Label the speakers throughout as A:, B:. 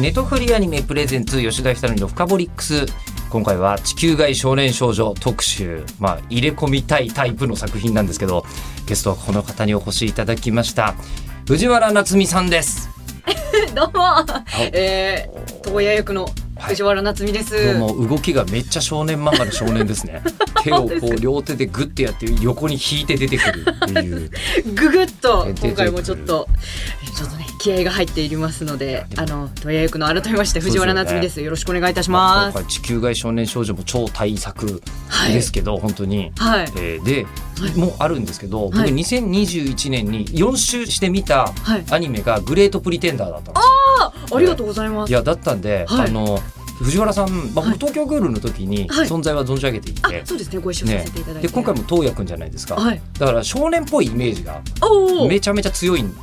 A: ネトフリアニメプレゼンツ吉田ひたのりのフカボリックス今回は地球外少年少女特集まあ入れ込みたいタイプの作品なんですけどゲストはこの方にお越しいただきました藤原夏美さんです
B: どうも、えー、東屋役の藤原夏美です。
A: どうも動きがめっちゃ少年漫画の少年ですね手をこう両手でグッてやって横に引いて出てくるっていう
B: ぐぐっと
A: 出てくる
B: 今回もちょっとえちょっとね気合が入っていますので、あの東屋役の改めまして藤原夏美です。よろしくお願いいたし
A: まあ
B: ま
A: 今
B: す。
A: 回地球外少年少女も超大作ですけど、本当に
B: はい。
A: えーで、もうあるんですけど、
B: は
A: 僕
B: い
A: 2021年に4周して見た
B: はい
A: アニメが「グレート・プリテンダー」だったんですよ
B: あ、ありがとうございま
A: い
B: す。
A: やだったんで、
B: はい
A: あの藤原さん、まあ、
B: はい
A: 僕東京グールの時に
B: はい
A: 存在は存じ上げていて、
B: あ、そうですね。ご一緒させていただいて。
A: で今回も東也くんじゃないですか、
B: はい。
A: だから少年っぽいイメージが
B: おお。
A: めちゃめちゃ強いん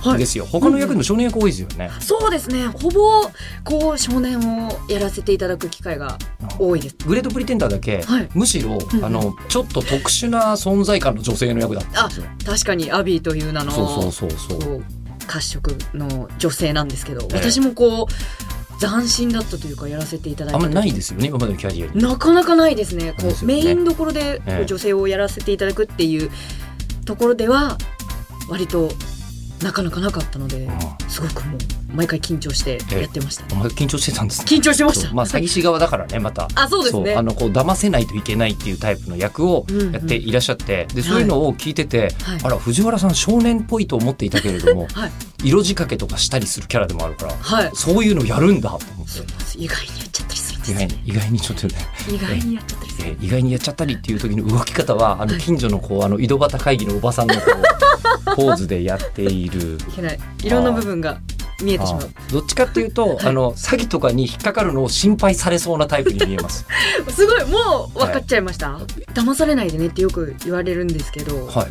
B: はい
A: ですよ、他の役でも少年役多いですよね、
B: そうですね。ほぼこう少年をやらせていただく機会が多いです。
A: グレート・プリテンダーだけ、
B: はい
A: むしろ、
B: うん
A: あのちょっと特殊な存在感の女性の役だったんですよ
B: 確かにアビーという名の。
A: そうそうそうそう
B: こう褐色の女性なんですけど、
A: ええ
B: 私もこう斬新だったというかやらせていただい
A: あんま
B: た
A: り
B: 時
A: ないですよね今までのキャリアに。
B: なかなかないですねこう
A: ですよね
B: メインどころでこう
A: ええ
B: 女性をやらせていただくっていうところでは割となかなかなかったので、
A: ん
B: すごくもう毎回緊張してやってました、
A: お前緊張してたんですね
B: 緊張してまし
A: そ
B: た
A: うまあ詐欺師側だからねまた。
B: あそうですね
A: あのこう騙せないといけないっていうタイプの役を
B: うんうん
A: やっていらっしゃって、でそういうのを聞いてて、
B: はい
A: あら藤原さん少年っぽいと思っていたけれども、
B: はい
A: 色仕掛けとかしたりするキャラでもあるから
B: はい
A: そういうのやるんだと思って
B: そうなんです意外にやっちゃったりするんです
A: 意外に意
B: よ
A: 外にちょっとね
B: 意外にやっちゃったりする
A: え意外にやっちゃったりっていう時の動き方はあの近所のこうあの井戸端会議のおばさんのこ うポーズでやっている。
B: いけないいろんな部分が見えてしま
A: あーどっちかっていう とあの詐欺とかに引っかかるのを心配されそうなタイプに見え ます。
B: うすごいもう分かっちゃいました、騙されないでねってよく言われるんですけど、
A: はい。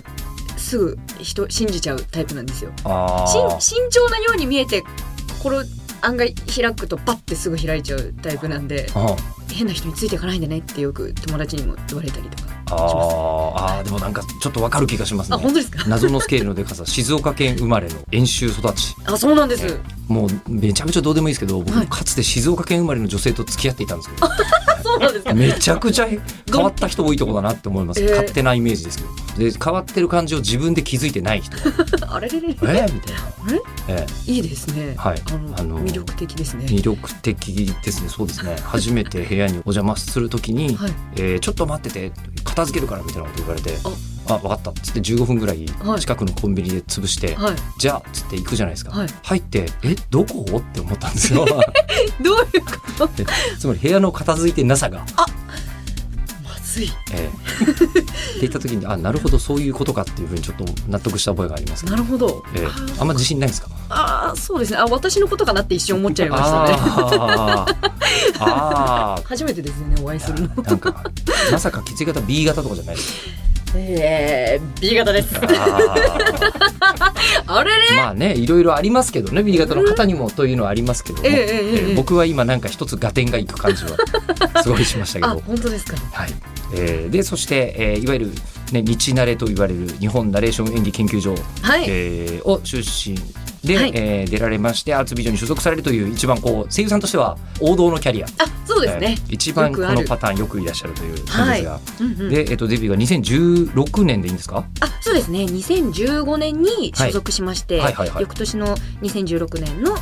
B: すぐ人信じちゃうタイプなんですよ
A: あ
B: しん
A: あ。
B: 慎重なように見えて心案外開くとパッてすぐ開いちゃうタイプなんで
A: あ
B: 変な人についていかないでねってよく友達にも言われたりとか、
A: あーあーでもなんかちょっとわかる気がします
B: あ本
A: ね
B: 当ですか
A: 謎のスケールのでかさ静岡県生まれの遠州育ち
B: あそうなんです
A: えもうめちゃめちゃどうでもいいですけど僕
B: はい
A: かつて静岡県生まれの女性と付き合っていたんですけど、
B: そうなんですか
A: めちゃくちゃ変わった人多いとこだなって思います、
B: えー
A: 勝手なイメージですけどで変わってる感じを自分で気づいてない人
B: あれれれ
A: え
B: れ
A: ーみたい
B: れ
A: な、えー
B: いいですね、
A: はい
B: あの
A: あのー
B: 魅力的ですね
A: 魅力的ですねそうですね初めて部屋にお邪魔するときに、
B: はい
A: えーちょっと待ってて片付けるから」みたいなこと言われて「
B: あ
A: あ分かった」っつって15分ぐらい
B: はい
A: 近くのコンビニで潰して「
B: はい
A: じゃあ」っつって行くじゃないですか、
B: はい
A: 入って「えどこ?」って思ったん ですよ
B: どういうこと
A: つまり部屋の片付いてなさが。
B: まずい
A: えーって言った時に「あなるほどそういうことか」っていうふうにちょっと納得した覚えがありますけど
B: なるほど、
A: えーあんま自信ないですか
B: ああそうですねあ私のことかなって一瞬思っちゃいましたね
A: あーあ
B: 初めてですねお会いするの
A: ーなんかまさか血液型 B 型とかじゃない です
B: えー、B 型です
A: かあー
B: あれれ
A: まあねいろいろありますけどね B 型の方にもというのはありますけども、
B: ええええええ
A: 僕は今なんか一つ合点がいく感じはすごいしましたけ
B: あ
A: ど。
B: 本当ですか
A: はいえーでそして、えーいわゆる、ね、道慣れと言われる日本ナレーション演技研究所、
B: はい、
A: えーを出身で、
B: はい
A: えー出られましてアーツビジョンに所属されるという一番こう声優さんとしては王道のキャリア、
B: あそうですね
A: え、ー一番
B: よ
A: こ
B: くある
A: のパターンよくいらっしゃるという感じですが、
B: うんうん
A: で、えっとデビューが2016年でいいんですか
B: あそうですね2015年に所属しまして、
A: はいはいはいはい
B: 翌年の2016年の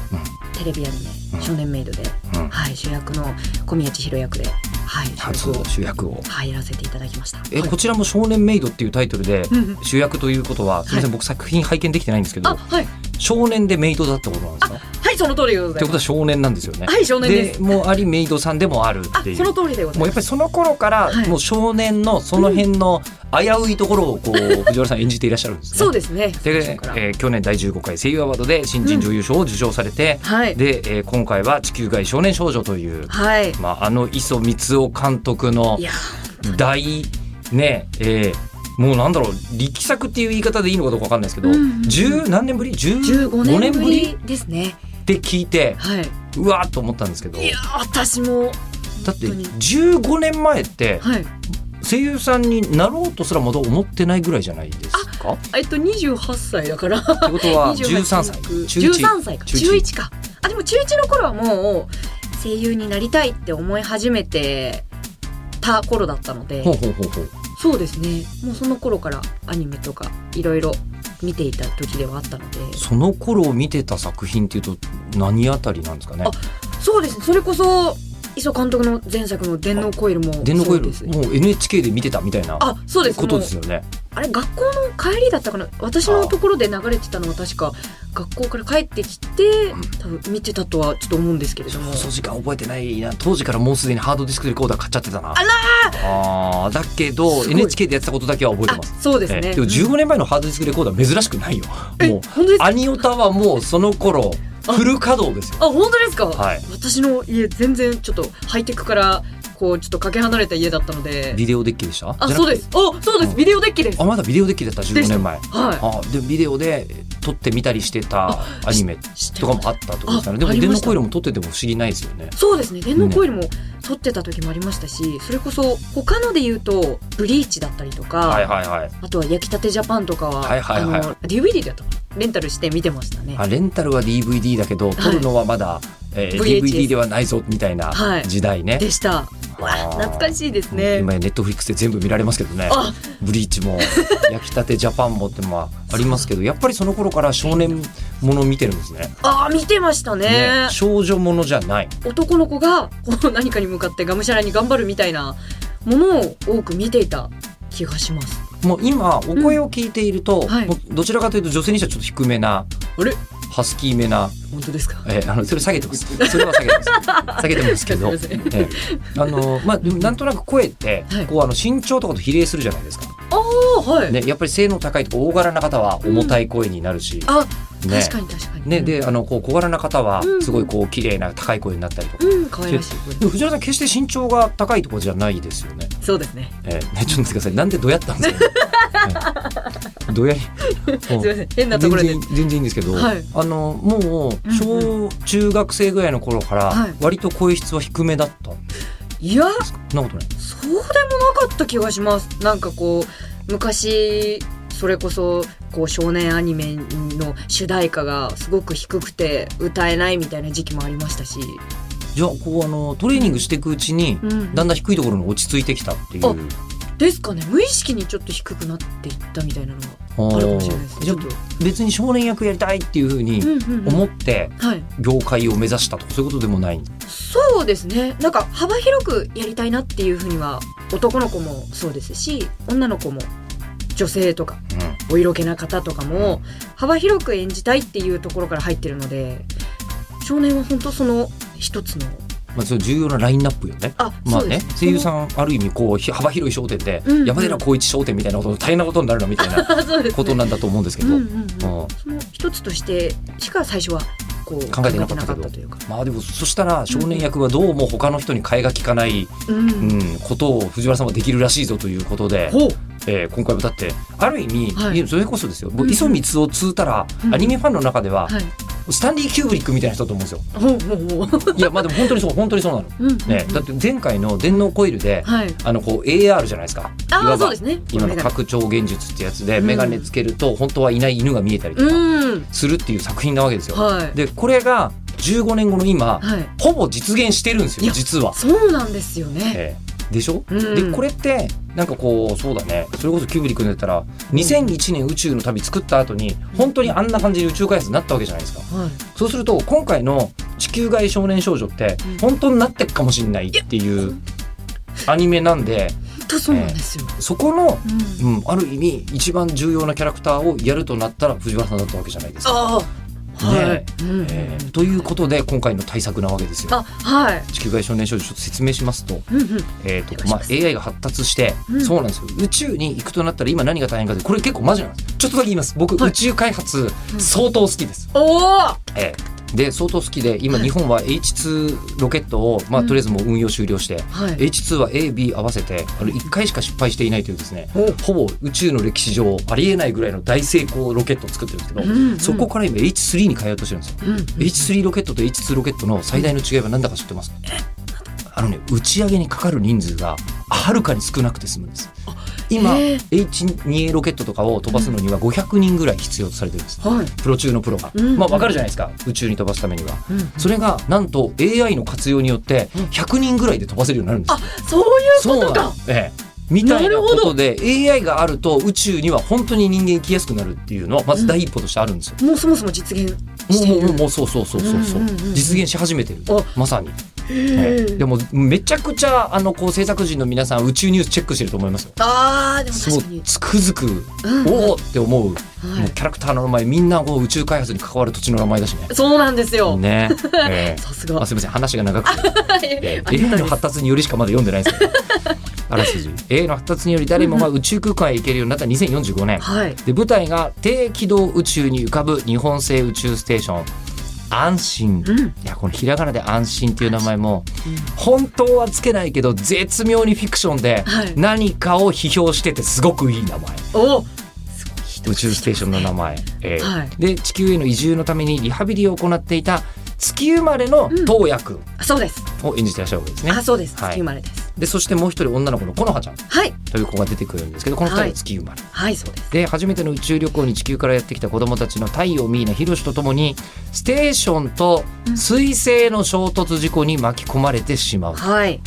B: テレビアニ
A: う
B: メ「
A: ん
B: 少年メイドで」
A: うん
B: はい、主役の小宮千尋役で、はい、
A: 初
B: 主役を
A: 主役を。
B: 入らせていただきました。
A: え
B: はい
A: こちらも「少年メイド」っていうタイトルで
B: うんうん
A: 主役ということはすみません、僕作品拝見できてないんですけ
B: あ
A: ど
B: はい
A: 少年でメイドだってことなんですか
B: はいはいその通りでご
A: と
B: ざ
A: いこ
B: いう
A: と
B: ま
A: は
B: す
A: 少年なんですよね。
B: はい少年です
A: もありメイドさんでもある
B: あ
A: っていう。
B: その通りでござい
A: もうや
B: ま
A: っ
B: す
A: ぱりその頃から、
B: はい
A: もう少年のその辺の危ういところをこう、藤原さん演じていらっしゃるんですね。
B: そうですね
A: で、
B: 最初から
A: えー去年第15回声優アワードで新人女優賞を受賞されて、
B: はい
A: で、えー今回は「地球外少年少女」という、
B: はい
A: まあ、あの磯光雄監督の
B: いや
A: 大ねえーもうなんだろう力作っていう言い方でいいのかどうかわかんないですけど、
B: うんうんうん
A: 十何年ぶり
B: 15
A: ?15
B: 年
A: 年
B: ぶ
A: ぶ
B: り
A: り
B: ですね
A: って聞いて
B: はいいう
A: わーっと思ったんですけど
B: や私も
A: だって
B: 本当に
A: 15年前って
B: はい
A: 声優さんになろうとすらまだ思ってないぐらいじゃないですかっ
B: えっと28歳だから
A: てこと は13歳中
B: 十
A: 1
B: 三歳か
A: 中
B: 中
A: 一
B: 一かあでも中一の頃はもう声優になりたいって思い始めてた頃だったので
A: ほうほうほうほう
B: そうですねもうその頃からアニメとかいろいろ見ていた時ではあったので
A: その頃見てた作品っていうと何あたりなんですかね
B: あそうですねそれこそ磯監督の前作の「電脳コイル」も
A: 電脳コイル
B: そうです
A: もう NHK で見てたみたいな
B: あそうです
A: ことで
B: もう
A: すよね
B: あれ学校の帰りだったかな私のところで流れてたのは確か学校から帰ってきて
A: うん
B: 多分見てたとはちょっと思うんですけれども
A: 放送時間覚えてないな当時からもうすでにハードディスクレコーダー買っちゃってたなああーだけど
B: すごい
A: NHK でやってたことだけは覚えて
B: あ
A: ます
B: そうですね、
A: ええでも15年前のハードディスクレコーダー珍しくないよ
B: え
A: もう
B: 本当ですか
A: アニオタはもうその頃
B: あ
A: フル稼働ですよ
B: あ本当ですか、
A: はい
B: 私の家全然ちょっとハイテクからこうちょっとかけ離れた家だったので
A: ビデオデッキでした
B: あ
A: じゃなくて
B: そうですあそうです、
A: うん
B: ビデオデッキです
A: あまだビデオデッキだった15年前
B: は
A: あでビデオで撮ってみたりしてたアニメ
B: い知って
A: とか
B: ま
A: も
B: す
A: あったってことですよね
B: あ
A: でも
B: あり
A: 電
B: ま
A: 脳
B: した
A: コイルも撮ってても不思議ないですよね
B: そうですね電脳コイルも撮ってた時もありましたし、それこそ他ので言うとブリーチだったりとか、
A: はいはいはい
B: あとは焼きたてジャパンとかは,、
A: はいはいはい
B: あの DVD だったかなレンタルして見てましたね
A: あレンタルは DVD だけど
B: い
A: 撮るのはまだ、えー
B: VHS
A: DVD ではないぞみたいな
B: はい
A: 時代ね。
B: でした
A: あー
B: わあ懐かしいですね
A: 今やネットフリックスで全部見られますけどね
B: あ
A: ブリーチ も焼きたてジャパンもってまあありますけどやっぱりその頃から少年もの見てるんですね
B: あー見てましたね
A: ね少女ものじゃない
B: 男の子がこう何かに向かってがむしゃらに頑張るみたいなものを多く見ていた気がします。
A: もう今お声を聞いていると、
B: んはい
A: もうどちらかというと女性にしてはちょっと低めな
B: あれ
A: ハスキーめな
B: 本当ですか。
A: えーあのそれ下げてます。 それは下げてます。下げてますけど、え
B: すいま
A: ーあのまあでもなんとなく声って、
B: はい
A: こうあの身長とかと比例するじゃないですか。
B: ああはい。
A: ねやっぱり背の高いとか大柄な方は重たい声になるし、
B: あ
A: ね
B: 確かに確かに。
A: ねであのこう小柄な方は
B: うん
A: すごいこう綺麗な高い声になったりとか。
B: うんうん可愛らしい声。
A: でも藤原さん決して身長が高いところじゃないですよね。
B: そうですね。
A: えーねちょっと待ってください。なんでどうやったんですか、ねえーどうやり。もう
B: すいません変なところで
A: 全。然全然いいんですけど、
B: はい
A: あのもう
B: う
A: 小中学生ぐらいの頃から
B: はい
A: 割と声質は低めだったんで
B: いや
A: すかそんなことない
B: そうでもなかった気がします。なんかこう昔それこそこう少年アニメの主題歌がすごく低くて歌えないみたいな時期もありましたし。
A: じゃあこうあのトレーニングしていくうちに
B: うん
A: だんだん低いところに落ち着いてきたっていう
B: あですかね無意識にちょっと低くなっていったみたいなのは
A: あー
B: あるかもしれないですね。
A: じ
B: ち
A: ゃ
B: ょ
A: あ
B: っと
A: 別に少年役やりたいっていうふうに
B: うんうんうん
A: 思って
B: はい、
A: 業界を目指したとかそういうことでもない
B: そうですねなんか幅広くやりたいなっていうふうには男の子もそうですし女の子も女性とかお色気な方とかも幅広く演じたいっていうところから入ってるので少年は本当その一つの
A: まあ、それ重要なラインナップよね。
B: あ
A: まあ
B: そうで
A: ね
B: す、
A: 声優さん
B: ん
A: ある意味こうひ幅広い商店で、
B: うんうん
A: 山寺宏一商店みたいなこと大変なことになるなみたいな
B: そうです、ね、
A: ことなんだと思うんですけ
B: う
A: ど、
B: んうんうん
A: う
B: そ
A: ん
B: の一つとしてしか最初はこう
A: 考えてなかったけど
B: 考えてというか、
A: まあでもそしたら少年役はどうも他の人に替えが利かない、
B: うん
A: うん、ことを藤原さんはできるらしいぞということで、
B: ほう
A: えー今回もだってある意味、
B: はい
A: いやそれこそですよ、もう
B: うんうん
A: 磯光を通ったら、
B: うん
A: アニメファンの中では、
B: はい
A: スタンリー・キューブリックみたいな人だと思うんですよ。
B: ほうほうほう
A: いやまあでも本当にそう本当にそうなの。
B: うんうんうん
A: ね、だって前回の「電脳コイルで」
B: はい
A: あのこう AR じゃないですかい
B: あ
A: わ
B: あそう
A: ば
B: ですね
A: 今の
B: メガネ
A: 拡張現実ってやつで
B: うん
A: 眼鏡つけると本当はいない犬が見えたりとか
B: うん
A: するっていう作品なわけですよ。
B: はい
A: でこれが15年後の今
B: はい
A: ほぼ実現してるんです
B: い
A: よ
B: や
A: 実は。
B: そうなんですよね
A: ええでしょ、
B: うん
A: でこれってなんかこうそうだねそれこそキューブリックのやったら2001年宇宙の旅作った後に本当にあんな感じで宇宙開発になったわけじゃないですか
B: はい
A: そうすると今回の「地球外少年少女」って
B: うん
A: 本当になってくかもしれないっていうアニメなんで
B: 本当そうなんですよ
A: そこの、
B: うん
A: うん、ある意味一番重要なキャラクターをやるとなったら藤原さんだったわけじゃないですか。
B: ああはい。うん
A: えーということで今回の対策なわけですよ。
B: あ、はい。
A: 地球外少年少女ちょっと説明しますと,、
B: うんうん。
A: えー
B: お願
A: と
B: いし
A: まあ
B: ま、す
A: AI が発達して、
B: うん
A: そうなんですよ宇宙に行くとなったら今何が大変かってこれ結構マジなんですちょっとだけ言います僕、
B: はい
A: 宇宙開発
B: うん
A: 相当好きです。
B: おお。
A: ええで相当好きで今
B: はい
A: 日本は H2 ロケットを、まあ、
B: うん
A: とりあえずもう運用終了して、
B: はい。
A: H2 は AB 合わせてあの1回しか失敗していないというですね
B: お
A: ほぼ宇宙の歴史上ありえないぐらいの大成功ロケットを作ってるんですけど、
B: うん
A: そこ。から今 H3 に変えようとしてるんですよ。
B: うんうん。
A: H3 ロケットと H2 ロケットの最大の違いは何だか知ってますかあのね打ち上げにかかる人数がはるかに少なくて済むんです今
B: へえ
A: H2A ロケットとかを飛ばすのには500人ぐらい必要とされてるんです
B: はい。
A: プロ中のプロが、
B: うん
A: まあわかるじゃないですか宇宙に飛ばすためには
B: うん。
A: それがなんと AI の活用によって100人ぐらいで飛ばせるようになるんです
B: あ、そういう
A: そう
B: こと
A: な
B: か
A: の。ええみたいな
B: なる
A: こ
B: ほど
A: とで AI があると宇宙には本当に人間行きやすくなるっていうのはまず第一歩としてあるんですよ。
B: もうそもそも実現
A: も
B: して
A: う
B: い
A: もう
B: る。
A: もうそうそうそうそうそう,、
B: うんうんうんうん
A: 実現し始めてる
B: お
A: まさに、
B: へ
A: ええ
B: ー
A: でもめちゃくちゃあのこう制作人の皆さん宇宙ニュースチェックしてると思いますよ。
B: ああ、でも
A: そう
B: 確かに。
A: つくづく
B: うん
A: おおって思う,、
B: は
A: もうキャラクターの名前みんなこう宇宙開発に関わる土地の名前だしね。
B: い。そうなんですよ。
A: ね、ええ
B: さす
A: あ
B: が。
A: すみません話が長 くてえー AI の
B: は
A: 発達によりしかまだ読んでないです けどあらすじ AI の発達により誰もが宇宙空間へ行けるようになった2045年
B: い。
A: で舞台が低軌道宇宙に浮かぶ日本製宇宙ステーション安心
B: うん。うん
A: いやこのひらがなで安心っていう名前も本当はつけないけど絶妙にフィクションで
B: はい。
A: 何かを批評しててすごくいい名前
B: おお。
A: 宇宙ステーションの名前、えー
B: はい
A: で地球への移住のためにリハビリを行っていた月生まれの洞爺君
B: そうです。
A: を演じてらっしゃるわけですね。
B: あ、そうです。
A: はい
B: 月生まれです。
A: でそしてもう一人女の子のこのはちゃん
B: はい。
A: という子が出てくるんですけどこの二人は月生まれ、
B: はい、そうです。
A: で初めての宇宙旅行に地球からやってきた子どもたちの太陽ミーナヒロシとともにステーションと彗星の衝突事故に巻き込まれてしまう、
B: はい。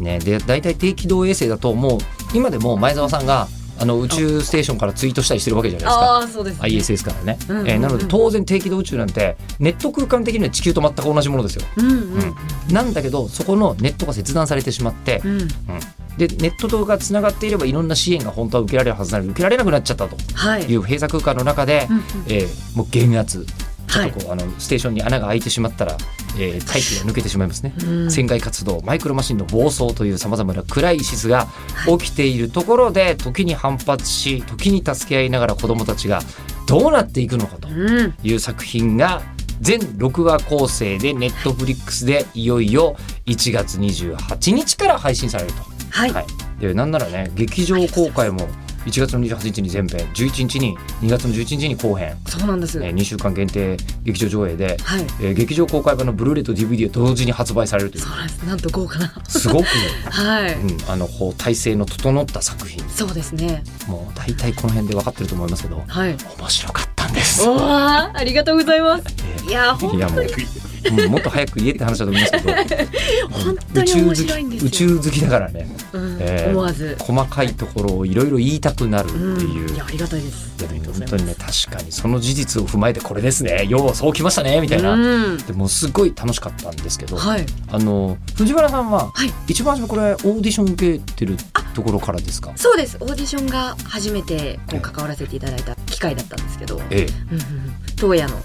A: ね、で大体低軌道衛星だともう今でも前澤さんがあの宇宙ステーションからツイートしたりしてるわけじゃないですか。
B: ああー、そうです。
A: ISS からね、
B: うんうんうん
A: えーなので当然低軌道宇宙なんてネット空間的には地球と全く同じものですよ
B: うんうん
A: なんだけどそこのネットが切断されてしまって
B: うん。
A: でネットとがつながっていればいろんな支援が本当は受けられるはずなのに受けられなくなっちゃったと
B: はい。
A: いう閉鎖空間の中で、
B: うんうん
A: えーもう減圧ちょ
B: は
A: っ
B: い
A: と。こう、あのステーションに穴が開いてしまったら、えー大気が抜けてしまいますね。
B: うん
A: 船外活動マイクロマシンの暴走というさまざまなクライシスが起きているところで時に反発し時に助け合いながら子どもたちがどうなっていくのかと
B: うん。
A: いう作品が全6話構成でネットフリックスでいよいよ1月28日から配信されると。
B: はい。
A: はい、でなんならね劇場公開も1月の28日に前編11日に2月の11日に後編、
B: そうなんです。
A: え
B: はい。
A: 2週間限定劇場上映で、えー劇場公開版のブルーレイと DVD を同時に発売される という
B: そうなんです。なんと豪華な。
A: すごく、
B: はい。
A: うん、あのこう体制の整った作品
B: そうですね。
A: もう大体この辺で分かってると思いますけど
B: はい。
A: 面白かったんです。
B: おわあ、ありがとうございます。いやー、ほ
A: い
B: ん
A: やもううんもっと早く言えって話だと思いますけど
B: 本当に面白いんですよ
A: 宇宙好き宇宙好きだからね
B: うん
A: えー
B: 思わず。
A: 細かいところをいろいろ言いたくなるって
B: うん。
A: いう、
B: いや、ありがたいです。
A: いやでも本当にね確かにその事実を踏まえてこれですねようそうきましたねみたいな、
B: うん。
A: でもうすごい楽しかったんですけど、
B: はい。
A: あの藤原さんは、
B: はい
A: 一番初めこれオーディション受けてるところからですか
B: そうです。オーディションが初めてこう関わらせていただいた機会だったんですけど、
A: ええ
B: うんうん当夜の、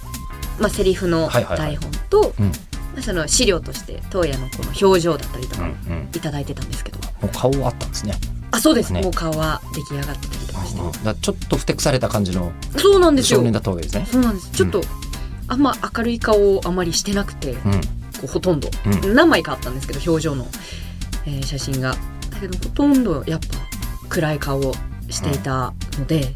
B: まあ、セリフの
A: はいはいはい
B: 台本と
A: うん
B: まあその資料として当夜のこの表情だったりと
A: うんう
B: か
A: ん
B: いただいてたんですけど、
A: もう顔はあったんですね、
B: あそうです、
A: ね
B: もう顔は出来上がってきてました、
A: うんだからちょっとふてくされた感じの
B: そうなんです
A: 少
B: よ
A: 年だったわけですね
B: そうなんですちょっと、あんま明るい顔をあまりしてなくて
A: うん
B: こうほとんど、
A: う
B: 何枚かあったんですけど表情の、えー写真がだけどほとんどやっぱ暗い顔をしていたので、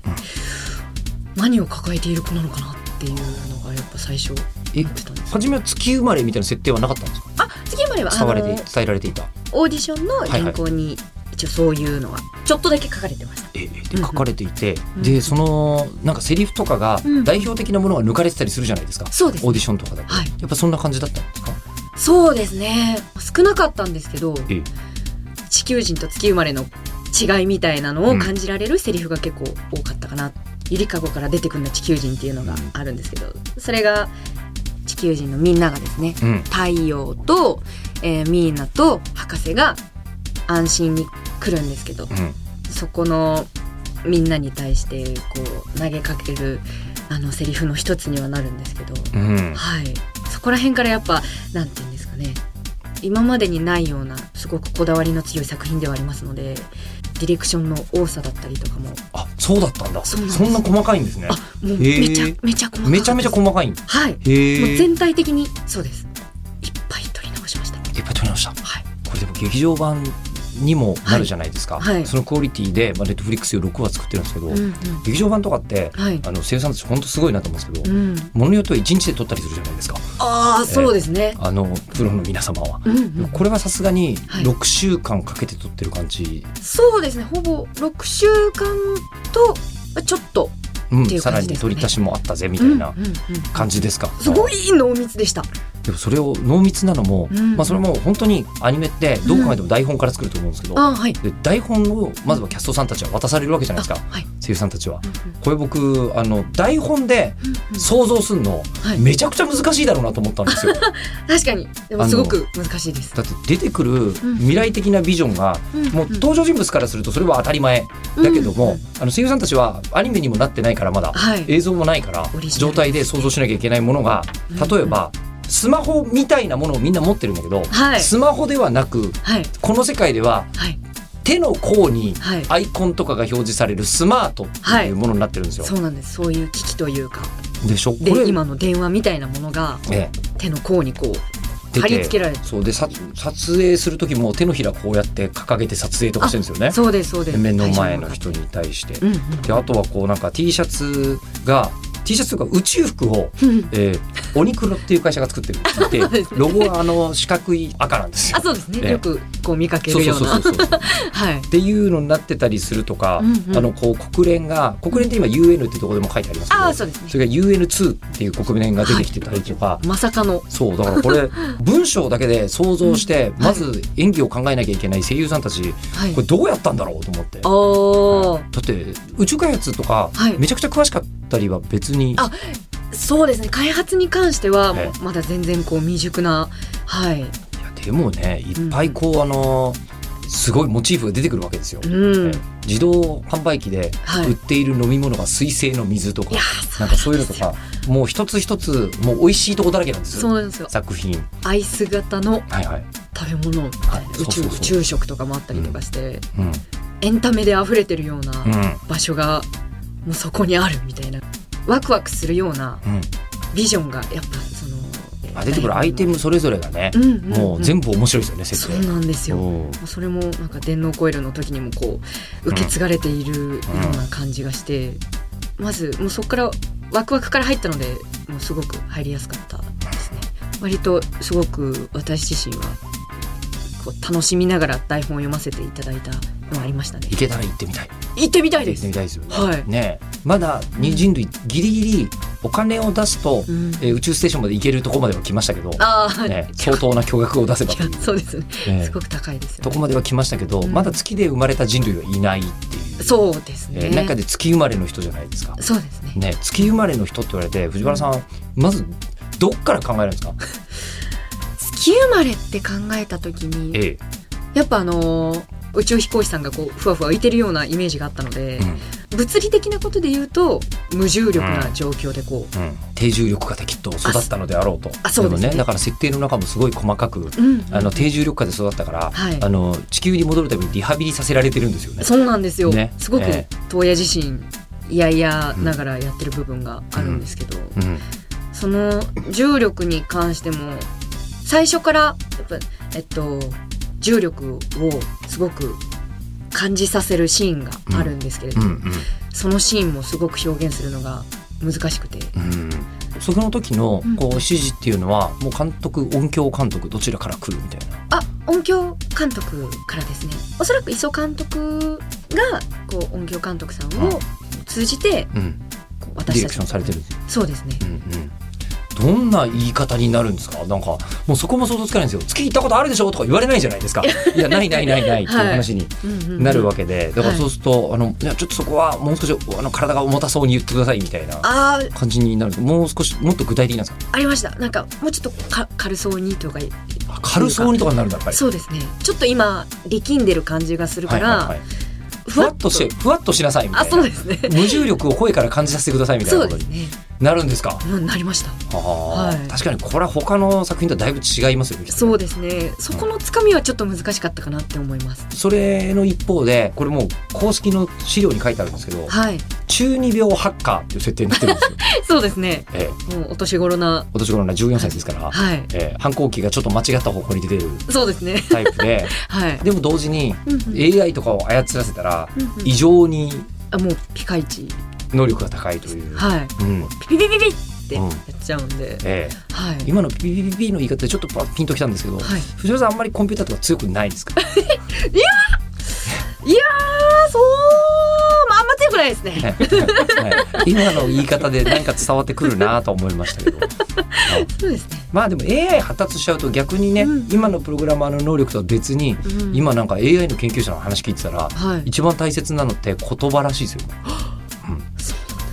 B: 何を抱えている子なのかなっていうのがやっぱ最初
A: え
B: 思ってたんです
A: 初めは月生まれみたいな設定はなかったんですか
B: あ次まではあ
A: 伝われて
B: の
A: 伝えられていた
B: オーディションの原稿に一応そういうのはちょっとだけ書かれてました。
A: ええで書かれていて、
B: うん
A: でそのなんかセリフとかが
B: うん
A: 代表的なものが抜かれてたりするじゃないですか、
B: そうです
A: オーディションとかだと
B: はい、
A: やっぱそんな感じだったんですか
B: そうですね少なかったんですけど
A: ええ
B: 地球人と月生まれの違いみたいなのを感じられるセリフが結構多かったかな、ゆりかごから出てくるのは地球人っていうのがあるんですけどそれが地球人のみんながですね
A: うん
B: 太陽と、えーミーナと博士が安心に来るんですけど
A: うん
B: そこのみんなに対してこう投げかけるあのセリフの一つにはなるんですけど、
A: うん
B: はい、そこら辺からやっぱなんて言うんですかね今までにないようなすごくこだわりの強い作品ではありますのでディレクションの多さだったりとかも
A: あそうだったんだ
B: そうなんです
A: そんな細かいんですね
B: あもうめちゃ
A: へー
B: めちゃ細かかったです
A: めちゃめちゃ細かいんだ
B: はい
A: へえ
B: もう全体的にそうですいっぱい取り直しました
A: いっぱい撮り直した
B: はい
A: これでも劇場版にもなるじゃないですか、
B: はいはい
A: そのクオリティで、まあ、ネットフリックス用6話作ってるんですけど、
B: うんうん
A: 劇場版とかって
B: はい
A: あの声優さんたち本当すごいなと思うんですけど、
B: うん
A: ものによっては1日で撮ったりするじゃないですか
B: ああそうですね
A: あのプロの皆様は。
B: うんうん
A: これはさすがに
B: はい
A: 6週間かけて撮ってる感じ、
B: そうですねほぼ6週間とまあちょっと
A: うん
B: っていう
A: さ
B: 感
A: ら
B: じですね
A: に撮り足しもあったぜみたいな
B: うんうんうん
A: 感じですか、
B: すごい濃密でした
A: でもそれを濃密なのも、
B: うん
A: まあ、それも本当にアニメってどう考えても台本から作ると思うんですけど、
B: あーはい
A: で台本をまずはキャストさんたちは渡されるわけじゃないですか
B: あはい
A: 声優さんたちは。
B: うんうん
A: これ僕あの台本で
B: うんうん
A: 想像するの
B: はい
A: めちゃくちゃ難しいだろうなと思ったんですよ。だ
B: 確かにでもすごく難しいです。
A: って出てくる未来的なビジョンがもう登場人物からするとそれは当たり前だけど
B: う
A: も
B: ん
A: あの声優さんたちはアニメにもなってないからまだ
B: はい、
A: 映像もないから
B: オリジナ
A: 状
B: ル
A: 態で想像しなきゃいけないものが例えばスマホみたいなものをみんな持ってるんだけど
B: はい
A: スマホではなく
B: はい
A: この世界では
B: はい
A: 手の甲に
B: はい
A: アイコンとかが表示されるスマートっていうものになってるんですよ。
B: そうなんですそういう機器というか
A: でしょこれ
B: で今の電話みたいなものが
A: ええ
B: 手の甲にこう
A: 出
B: 貼り付け
A: て
B: られて
A: そうでさ撮影する時も手のひらこうやって掲げて撮影とかしてるんですよね
B: そうですそうです
A: 目の前の人に対して。
B: うんうん
A: であとはこうなんか T シャツが T シャツというか宇宙服を、
B: うん
A: えー、オニクロっていう会社が作ってるって
B: そうですね
A: ロゴはあの四角い赤なんですよ
B: あ。そうですね、
A: ええ
B: よくこう見かけ
A: そう
B: る
A: そ
B: よ
A: う
B: う
A: そ
B: な
A: うそうそう。っ
B: はい
A: ていうのになってたりするとか、
B: うんうん
A: あのこう国連が国連って今 UN ってとこでも書いてありますけど
B: ああそうですね
A: それが UN2 っていう国連が出てきてたりとか、
B: まさかの
A: そうだからこ れ文章だけで想像して
B: うん
A: まず演技を考えなきゃいけない声優さんたち
B: はい
A: これどうやったんだろうと思って。
B: おー
A: だって宇宙開発とか
B: はい
A: めちゃくちゃ詳しかったりは別に、
B: あそうですね開発に関しては
A: え
B: まだ全然こう未熟なはい
A: いやでもねいっぱいこう、あのすごいモチーフが出てくるわけですよ。
B: うん
A: え自動販売機で
B: はい
A: 売っている飲み物が水性の水とか、
B: いや
A: なんかそういうのとかもう一つ一つもう美味しいとこだらけなんです
B: そう
A: よ
B: なんですよ
A: 作品。
B: アイス型
A: は
B: の
A: いはい。
B: 食べ物みたいな
A: はい
B: 宇
A: そ
B: 宙
A: うそうそう
B: 宇宙食とかもあったりとかして、
A: うん
B: エンタメで溢れてるような
A: うん
B: 場所がもうそこにあるみたいなワクワクするような
A: うん
B: ビジョンがやっぱその
A: まあ、出てくるアイテムそれぞれがね、
B: うんうんうん
A: もう全部面白いですよね設
B: そ
A: 定
B: う。なんですよも
A: うん
B: うそれもなんか電脳コイルの時にもこう受け継がれているような感じがして、まずもうそこからワクワクから入ったのでもうすごく入りやすかったですね割とすごく私自身はこう楽しみながら台本を読ませていただいたのはありましたね
A: 行けたら行ってみたい。
B: 行ってみたいで
A: 行って
B: す
A: みたいですよね。
B: はい
A: ねえまだに人類ギリギリお金を出すと、
B: うん
A: えー宇宙ステーションまで行けるとこまでは来ましたけど、
B: ああ、
A: ねえ、相当な巨額を出せば
B: い
A: という
B: や そうですね、
A: ええ
B: すごく高いですよ
A: と
B: ね、
A: こまでは来ましたけど、
B: ん
A: まだ月で生まれた人類はいないっていう。
B: そうですね、
A: えー中で月生まれの人じゃないですか。
B: そうですね
A: ねえ、月生まれの人って言われて藤原さん、まずどっから考えるんですか。
B: 月生まれって考えた時に
A: え
B: やっぱあのー宇宙飛行士さんがこうふわふわ浮いてるようなイメージがあったので
A: え、うん
B: 物理的なことで言うと無重力な状況でこう、
A: うん、低重力下できっと育ったのであろうと。
B: あそうですね
A: もね、だから設定の中もすごい細かく、
B: うん
A: あの低重力下で育ったから、
B: はい
A: あの地球に戻るためにリハビリさせられてるんですよね。
B: そうなんですよ、
A: ね
B: すごく
A: え
B: 東野自身いやいやながらやってる部分があるんですけど、
A: うん、
B: その重力に関しても最初からやっぱ、えっと、重力をすごく感じさせるシーンがあるんですけれど、
A: うん、
B: そのシーンもすごく表現するのが難しくて。
A: うん、うん。そこの時の
B: うん
A: こう指示っていうのは、もう監督、音響監督どちらから来るみたいな。
B: あ音響監督からですねおそらく磯監督がこう音響監督さんを通じて
A: うん、
B: こう
A: デ
B: 私
A: ィレ
B: た
A: ク
B: ち
A: ションされてるんですよ。
B: そうですね
A: うん、うん。どんな言い方になるんですか。なんかもうそこも想像つかないんですよ。月行ったことあるでしょとか言われないじゃないですか。いやないないない ないっていう話になるわ
B: け
A: けで、だからそうすると、あのいやちょっとそこはもう少しあの体が重たそうに言ってくださいみたいな
B: あー
A: 感じになるんですもう少しもっと具体的なんですか
B: ありましたなんかもうちょっとか軽そうにとか
A: あ軽そうにとかになるんだやっぱり。
B: そうですねちょっと今力んでる感じがするから、
A: はいはいはいふわっとしてふわっとしなさいみた
B: あ
A: い
B: そう
A: な
B: ですね
A: 無重力を声から感じさせてくださいみたい
B: そ
A: な
B: う
A: こ
B: で
A: と
B: す
A: に
B: ね
A: なるんですか
B: うんなりました
A: は
B: はい
A: あ確かにこれは他の作品とはだいぶ違いますよね
B: そうですねそこのつかみはちょっと難しかったかなって思います
A: それの一方でこれもう公式の資料に書いてあるんですけど
B: はい
A: 中二病ハッカーっていう設定になってるん ですよ、
B: そうですね
A: ええ、
B: もうお年頃な
A: お年頃な14歳ですから、
B: はい
A: ええ、反抗期がちょっと間違った方向に出てる
B: そうですね
A: タイプで
B: はい、
A: でも同時に
B: うんうん
A: AI とかを操らせたら
B: うんうん
A: 異常に
B: あもうピカイチ
A: 能力が高いという、
B: はい
A: うん
B: ピピピピピってやっちゃうんで、
A: ええ、
B: はい
A: 今のピピピピの言い方でちょっとパピンときたんですけど、
B: はい
A: 藤原さんあんまりコンピューターとか強くないですか
B: いやーそうまああんま強くないですね
A: はいはい今の言い方でなんか伝わってくるなと思いましたけど。はい
B: そうですね、
A: まあでも AI 発達しちゃうと逆にね、
B: うん
A: 今のプログラマーの能力とは別に、
B: うん
A: 今なんか AI の研究者の話聞いてたら、
B: はい
A: 一番大切なのって言葉らしいですよ、うん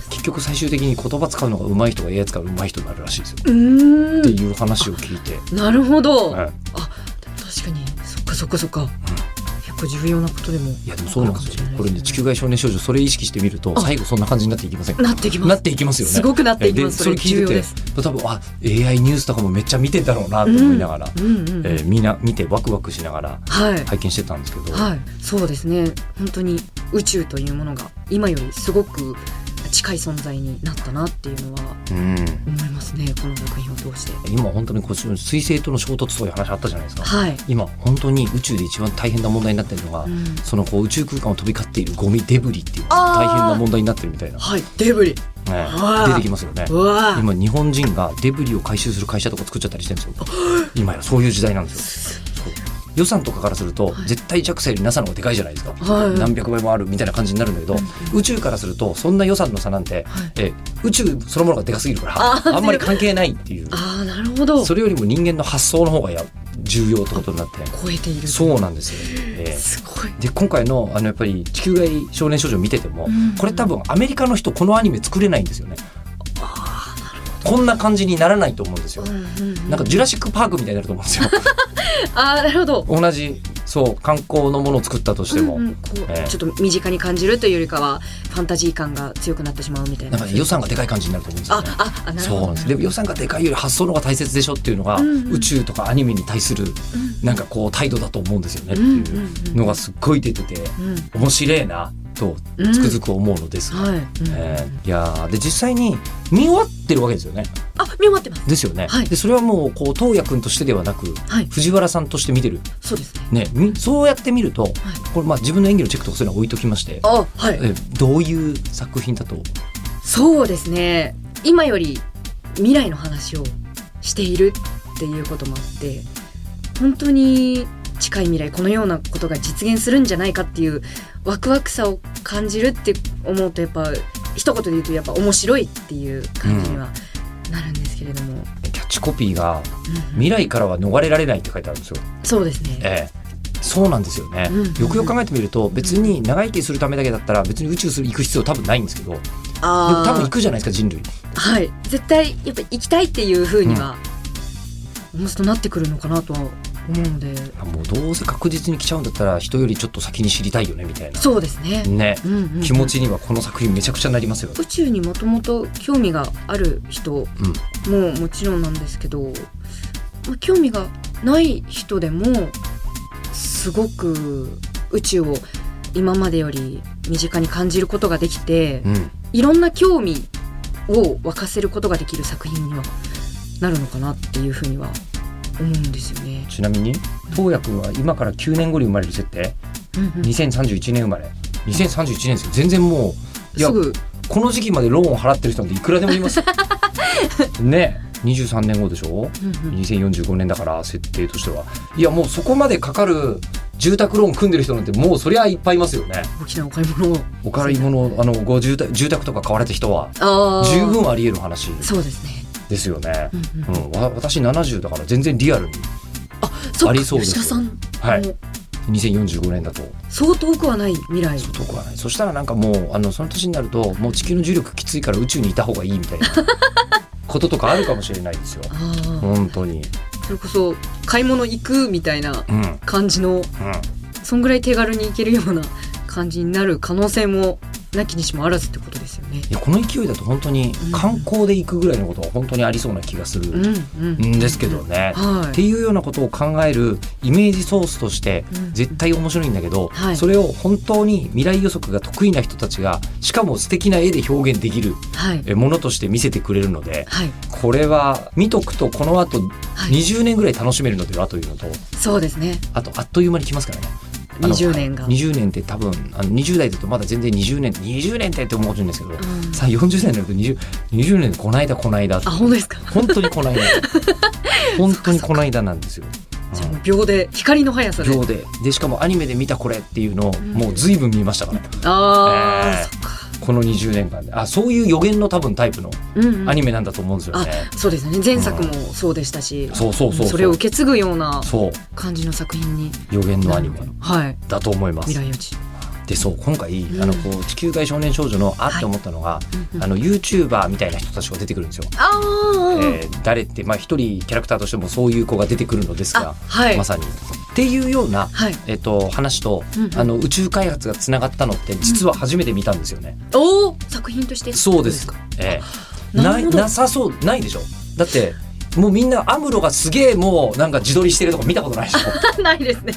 A: 結局最終的に言葉使うのが上手い人が AI 使うのが上手い人になるらしいですよ、
B: うー
A: っていう話を聞いて、
B: んなるほど、
A: はい
B: 確かにそっかそっかそっか、結構重要なことでも
A: いやでもそうなんですよ、
B: あるか
A: こ
B: もし
A: れ
B: れ
A: ね
B: な
A: 地
B: いです
A: 球外少年少女それ意識してみると
B: あ
A: 最後そんな感じになっていきませんか
B: なってきます
A: なっていきますよね
B: すごくなっていきます
A: でそれ聞
B: 重
A: い
B: 要
A: て
B: で
A: て
B: す
A: 多分あ AI ニュースとかもめっちゃ見てんだろうなと思いながら、
B: うんうん、
A: えーみんな見てワクワクしながら
B: はい
A: 拝見してたんですけど、
B: はいそうですね本当に宇宙というものが今よりすごく近い存在になったなっていうのは
A: うん
B: 思いますねこの作品を通して
A: 今本当にこう水星との衝突という話あったじゃないですか
B: はい、
A: 今本当に宇宙で一番大変な問題になってるのが、
B: うん
A: そのこう宇宙空間を飛び交っているゴミデブリっていう
B: あー
A: 大変な問題になってるみたいな、
B: はいデブリ
A: ね
B: あー
A: 出てきますよね
B: うわー
A: 今日本人がデブリを回収する会社とか作っちゃったりしてるんですよ今やそういう時代なんですよそう予算とかからすると、
B: はい
A: 絶対弱者より NASA の方がでかいじゃないですか、
B: はい
A: 何百倍もあるみたいな感じになるんだけど、宇宙からするとそんな予算の差なんて、
B: はい
A: え宇宙そのものがでかすぎるから
B: あー
A: あんまり関係ないっていう
B: ああなるほど
A: それよりも人間の発想の方がや重要ってことになって
B: 超えている
A: そうなんですよ、え
B: すごい
A: えで今回のあのやっぱり「地球外少年少女」見てても、
B: うん
A: これ多分アメリカの人このアニメ作れないんですよね
B: あ
A: こんな感じにならないと思うんです
B: ー
A: よ、
B: うんうんうん
A: なんかジュラシック・パークみたいになると思うんですよ
B: あーなるほど
A: 同じそう観光のものを作ったとしても、
B: うんうんこう
A: ええ
B: ちょっと身近に感じるというよりかはファンタジー感が強くなってしまうみたい
A: な
B: なん
A: か予算がでかい感じになると思うんですよ
B: あ
A: ね
B: ああなる
A: そう
B: ほ
A: なんで
B: ど
A: すでも予算がでかいより発想の方が大切でしょっていうのが、
B: うんうん
A: 宇宙とかアニメに対する
B: うん
A: なんかこう態度だと思うんですよねっていうのがすっごい出てて
B: うん
A: 面白いなとつくづく思うのですが、
B: はい、うん
A: えーいやーで実際に見終わってるわけですよね
B: あ見終わってます
A: ですよね、
B: はい
A: でそれはもうこう東也君としてではなく
B: はい
A: 藤原さんとして見てる
B: そうですね
A: ねみそうやって見るとこれまあ自分の演技のチェックとかそういうのは置いときまして
B: あはい
A: えどういう作品だと
B: そうですね今より未来の話をしているっていうこともあって本当に近い未来このようなことが実現するんじゃないかっていうワクワクさを感じるって思うとやっぱ一言で言うとやっぱ面白いっていう感じにはなるんですけれども、
A: キャッチコピーが「
B: うん
A: 未来からは逃れられない」って書いてあるんですよ。
B: そうですね
A: ええそうなんですよね
B: うん
A: よくよく考えてみると別に長生きするためだけだったら別に宇宙する行く必要多分ないんですけどでも
B: あー
A: 多分行くじゃないですか人類
B: はい絶対やっぱ行きたいっていう風には、おもしとなってくるのかなとは思うので
A: もうどうせ確実に来ちゃうんだったら人よりちょっと先に知りたいよねみたいな
B: そうですね、
A: ね
B: うんうんうん
A: 気持ちにはこの作品めちゃくちゃなりますよね。
B: 宇宙にもともと興味がある人ももちろんなんですけど、まあ、興味がない人でもすごく宇宙を今までより身近に感じることができて、
A: うんうん
B: いろんな興味を沸かせることができる作品にはなるのかなっていうふうには思うんですよね。
A: ちなみに東也君は今から9年後に生まれる設定
B: うんうん
A: 2031年生まれ2031年ですよ全然もういや
B: すぐ
A: この時期までローンを払ってる人なんていくらでもいます よね23年後でしょ
B: うんうん
A: 2045年だから設定としてはいやもうそこまでかかる住宅ローン組んでる人なんてもうそりゃいっぱいいますよね
B: 大きなお買い物を
A: お買い物あのご住宅住宅とか買われた人は
B: あー
A: 十分あり得る話
B: そうですね、
A: ですよね
B: う、んうん
A: うん、わ私70だから全然リアルに
B: あそ
A: あ
B: っか
A: りそうです
B: 吉田さんも
A: はい2045年だと
B: そう遠くはない未来
A: そう遠くはないそしたらなんかもうあのその年になるともう地球の重力きついから宇宙にいた方がいいみたい なこととかあるかもしれないですよ
B: あー
A: 本当に
B: それこそ買い物行くみたいな
A: うんうん
B: 感じのそんぐらい手軽に行けるような感じになる可能性もなきにしもあらずってことですよね。
A: いやこの勢いだと本当に
B: うん
A: 観光で行くぐらいのことは本当にありそうな気がす
B: うん
A: る
B: うん
A: んですけどね。
B: は
A: って
B: い。
A: いうようなことを考えるイメージソースとして
B: うん
A: 絶対面白いんだけど、
B: はい
A: それを本当に未来予測が得意な人たちがしかも素敵な絵で表現できる
B: はい。
A: えものとして見せてくれるので
B: はい。
A: これは見とくとこの後
B: はい。
A: 20年ぐらい楽しめるのではというのと
B: そうですね。
A: あとあっという間に来ますからね。あの
B: 20年が。
A: はい20年って多分あの20代だとまだ全然20年20年ってって思うんですけど、
B: うん
A: さあ40代になると 20, 20年でこないだこないだ
B: あ、本当ですか。
A: 本当にこ ないだ本当にこないだなんですよ。
B: じゃあもう秒で光の速さで。
A: 秒ででしかもアニメで見たこれっていうのを
B: ん
A: もう随分見ましたから、
B: ああ、
A: えー
B: そっか。
A: この20年間であそういう予言の多分タイプの
B: うん、うん。
A: アニメなんだと思うんですよね、
B: そうですね。前作もそうでしたし。
A: そうそうそう
B: それを受け継ぐような
A: そう
B: 感じの作品に。
A: 予言のアニメ
B: はい。
A: だと思います
B: 未来予知。
A: でそう今回、
B: うん
A: あのこう地球外少年少女のあ
B: はい
A: って思ったのが、
B: うんうん
A: あの YouTuber みたいな人たちが出てくるんですよ、
B: ああ、
A: えー誰ってまあ一人キャラクターとしてもそういう子が出てくるのですが
B: あ、はい。
A: まさにっていうような
B: はい。
A: えっと、話と、
B: うんうん
A: あの宇宙開発がつながったのって実は初めて見たんですよね。
B: おお、作品として。
A: そうです。ええ、
B: な
A: な
B: る
A: い
B: ほど
A: なさそうないでしょだってもうみんなアムロがすげえもうなんか自撮りしてるとか見たことないでしょ
B: ないですね。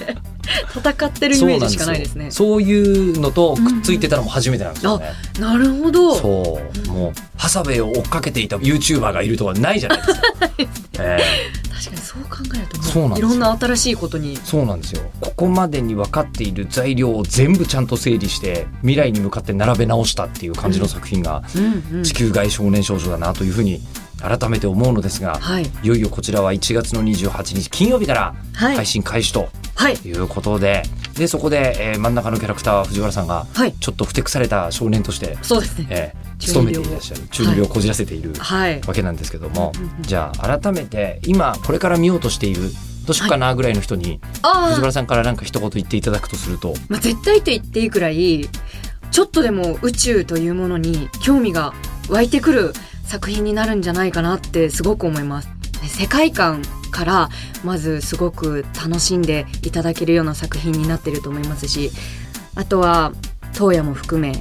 B: 戦ってるイメージしかないですね。
A: そういうのとくっついてたのも初めてなんですよね、
B: なるほど。
A: そうもうハサウェイを追っかけていた YouTuber がいるとかないじゃないですか、 ええ
B: 確かにそう考えると
A: そうなんです
B: い
A: よ
B: ろんな新しいことに。
A: そうなんですよここまでに分かっている材料を全部ちゃんと整理して未来に向かって並べ直したっていう感じの作品が
B: うんうん
A: 地球外少年少女だなというふうに改めて思うのですが
B: はい。
A: いよいよこちらは1月の28日金曜日から
B: は
A: 配
B: い。
A: 信開始と
B: はい。
A: いうことででそこで、えー真ん中のキャラクターは藤原さんが
B: はい。
A: ちょっとふてくされた少年として、
B: そうですね。
A: えー
B: 中
A: 勤
B: 二
A: め
B: 病
A: ていらっしゃる中二病をこじらせている
B: はい。
A: わけなんですけども、
B: うんうんうん
A: じゃあ改めて今これから見ようとしているどうしようかなぐらいの人に藤
B: ああ
A: 原、さんからなんか一言言っていただくとすると、
B: まあ、絶対と言っていいくらい、ちょっとでも宇宙というものに興味が湧いてくる作品になるんじゃないかなってすごく思います。ね世界観からまずすごく楽しんでいただけるような作品になってると思いますし、あとは、東野も含め、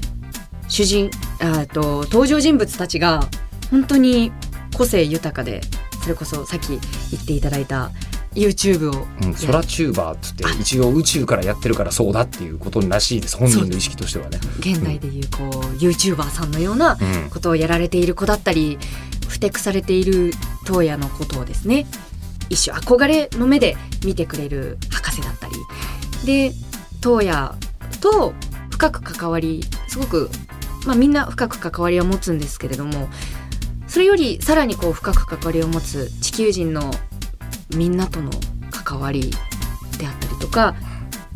B: 主人、ああと、登場人物たちが本当に個性豊かで、それこそさっき言っていただいた YouTube を
A: うん、空チューバーっつって一応宇宙からやってるからそうだっていうことらしいです本人の意識としてはね。
B: 現代でいうこう YouTuber さんのような
A: うん
B: ことをやられている子だったりふてくされている当夜のことをですね一種憧れの目で見てくれる博士だったりで当夜と深く関わりすごく、まあ、みんな深く関わりを持つんですけれどもそれよりさらにこう深く関わりを持つ地球人のみんなとの関わりであったりとか、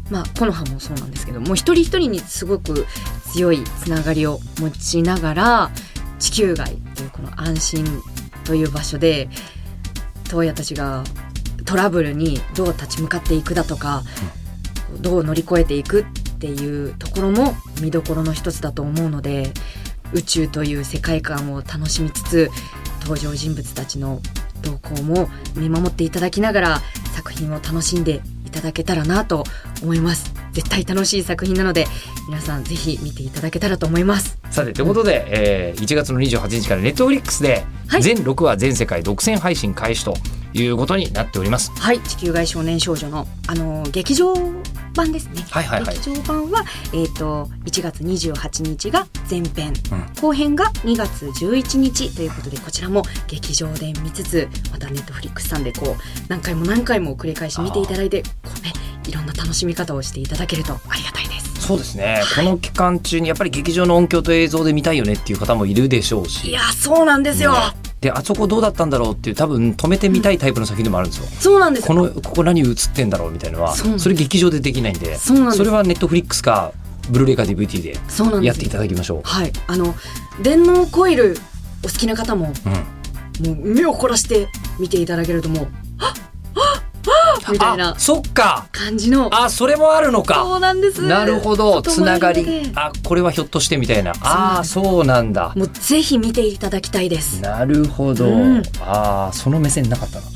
B: まあ、コノハもそうなんですけどもう一人一人にすごく強いつながりを持ちながら地球外というこの安心という場所で東野たちがトラブルにどう立ち向かっていくだとか、どう乗り越えていくっていうところも見どころの一つだと思うので宇宙という世界観を楽しみつつ登場人物たちの動向も見守っていただきながら作品を楽しんでいただけたらなと思います絶対楽しい作品なので皆さんぜひ見ていただけたらと思います
A: さてということで、えー1月の28日からネットフリックスで
B: はい
A: 全6話全世界独占配信開始ということになっております。
B: はい地球外少年少女のあの劇場版ですね
A: はいはいはい
B: 劇場版は、えー、と1月28日が前編、
A: う
B: 後編が2月11日ということでこちらも劇場で見つつまたネットフリックスさんでこう何回も何回も繰り返し見ていただいてこう、ね、いろんな楽しみ方をしていただけるとありがたいです。
A: そうですねこの期間中にやっぱり劇場の音響と映像で見たいよねっていう方もいるでしょうし
B: いやそうなんですよ、
A: ねであそこどうだったんだろうっていう多分止めてみたいタイプの作品でもあるんですよ。
B: そうなんです
A: このここ何映ってんだろうみたいなのは
B: そうなん
A: そ
B: です
A: れ劇場でできないんで
B: そうなんです
A: それはネットフリックスかブルーレイか DVD で
B: そうなんで
A: や
B: す
A: っていただきましょ
B: はいあの電脳コイルお好きな方も
A: う。うん
B: もう目を凝らして見ていただけるともうはっはっはっみたいな
A: あそっか
B: 感じの
A: あそれもあるのか
B: そうなんです
A: なるほど
B: ち
A: つ
B: ょっと
A: なが
B: 前で
A: りあこれはひょっとしてみたいなああー
B: そ
A: そうなんだ
B: もうぜひ見ていただきたいです
A: なるほど、
B: うん
A: あ あその目線なかったな、ね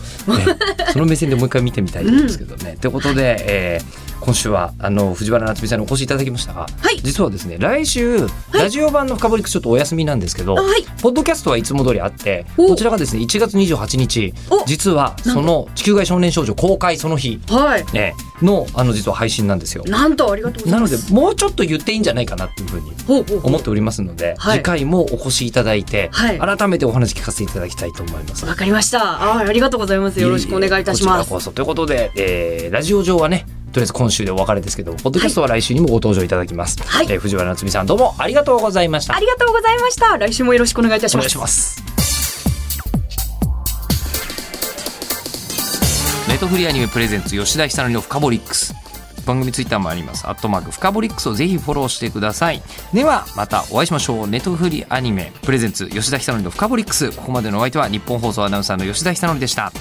A: その目線でもう一回見てみたいんですけどね。ってことで、えー今週はあの藤原夏美さんにお越しいただきましたが、
B: はい
A: 実はですね来週、ラジオ版の「深掘り」ちょっとお休みなんですけど、
B: あはい
A: ポッドキャストはいつも通りあって
B: お
A: こちらがですね1月28日
B: お
A: 実はその「地球外少年少女」公開その日、
B: はい
A: ね、のあの実は配信なんですよ。
B: なんとありがとうござ
A: ないの
B: ま
A: ですもうちょっと言っていいんじゃないかなっていうふうに
B: ほうほうほう
A: 思っておりますので、
B: はい
A: 次回もお越しいただいて、
B: はい
A: 改めてお話聞かせていただきたいと思います。
B: わかりましたあーありがとうございますよろしくお願いいたしま
A: こ
B: す
A: ちらこそということで、えーラジオ上はねとりあえず今週でお別れですけどポッドキャストは来週にもご登場いただきます、
B: はい
A: えー藤原夏美さんどうもありがとうございました
B: ありがとうございました来週もよろしくお願いいたし
A: お
B: ま
A: 願い
B: す
A: しますネットフリーアニメプレゼンツ吉田ひさのりのフカボリックス番組ツイッターもありますアットマークフカボリックスをぜひフォローしてくださいではまたお会いしましょうネットフリーアニメプレゼンツ吉田ひさのりのフカボリックスここまでのお相手は日本放送アナウンサーの吉田ひさのりでした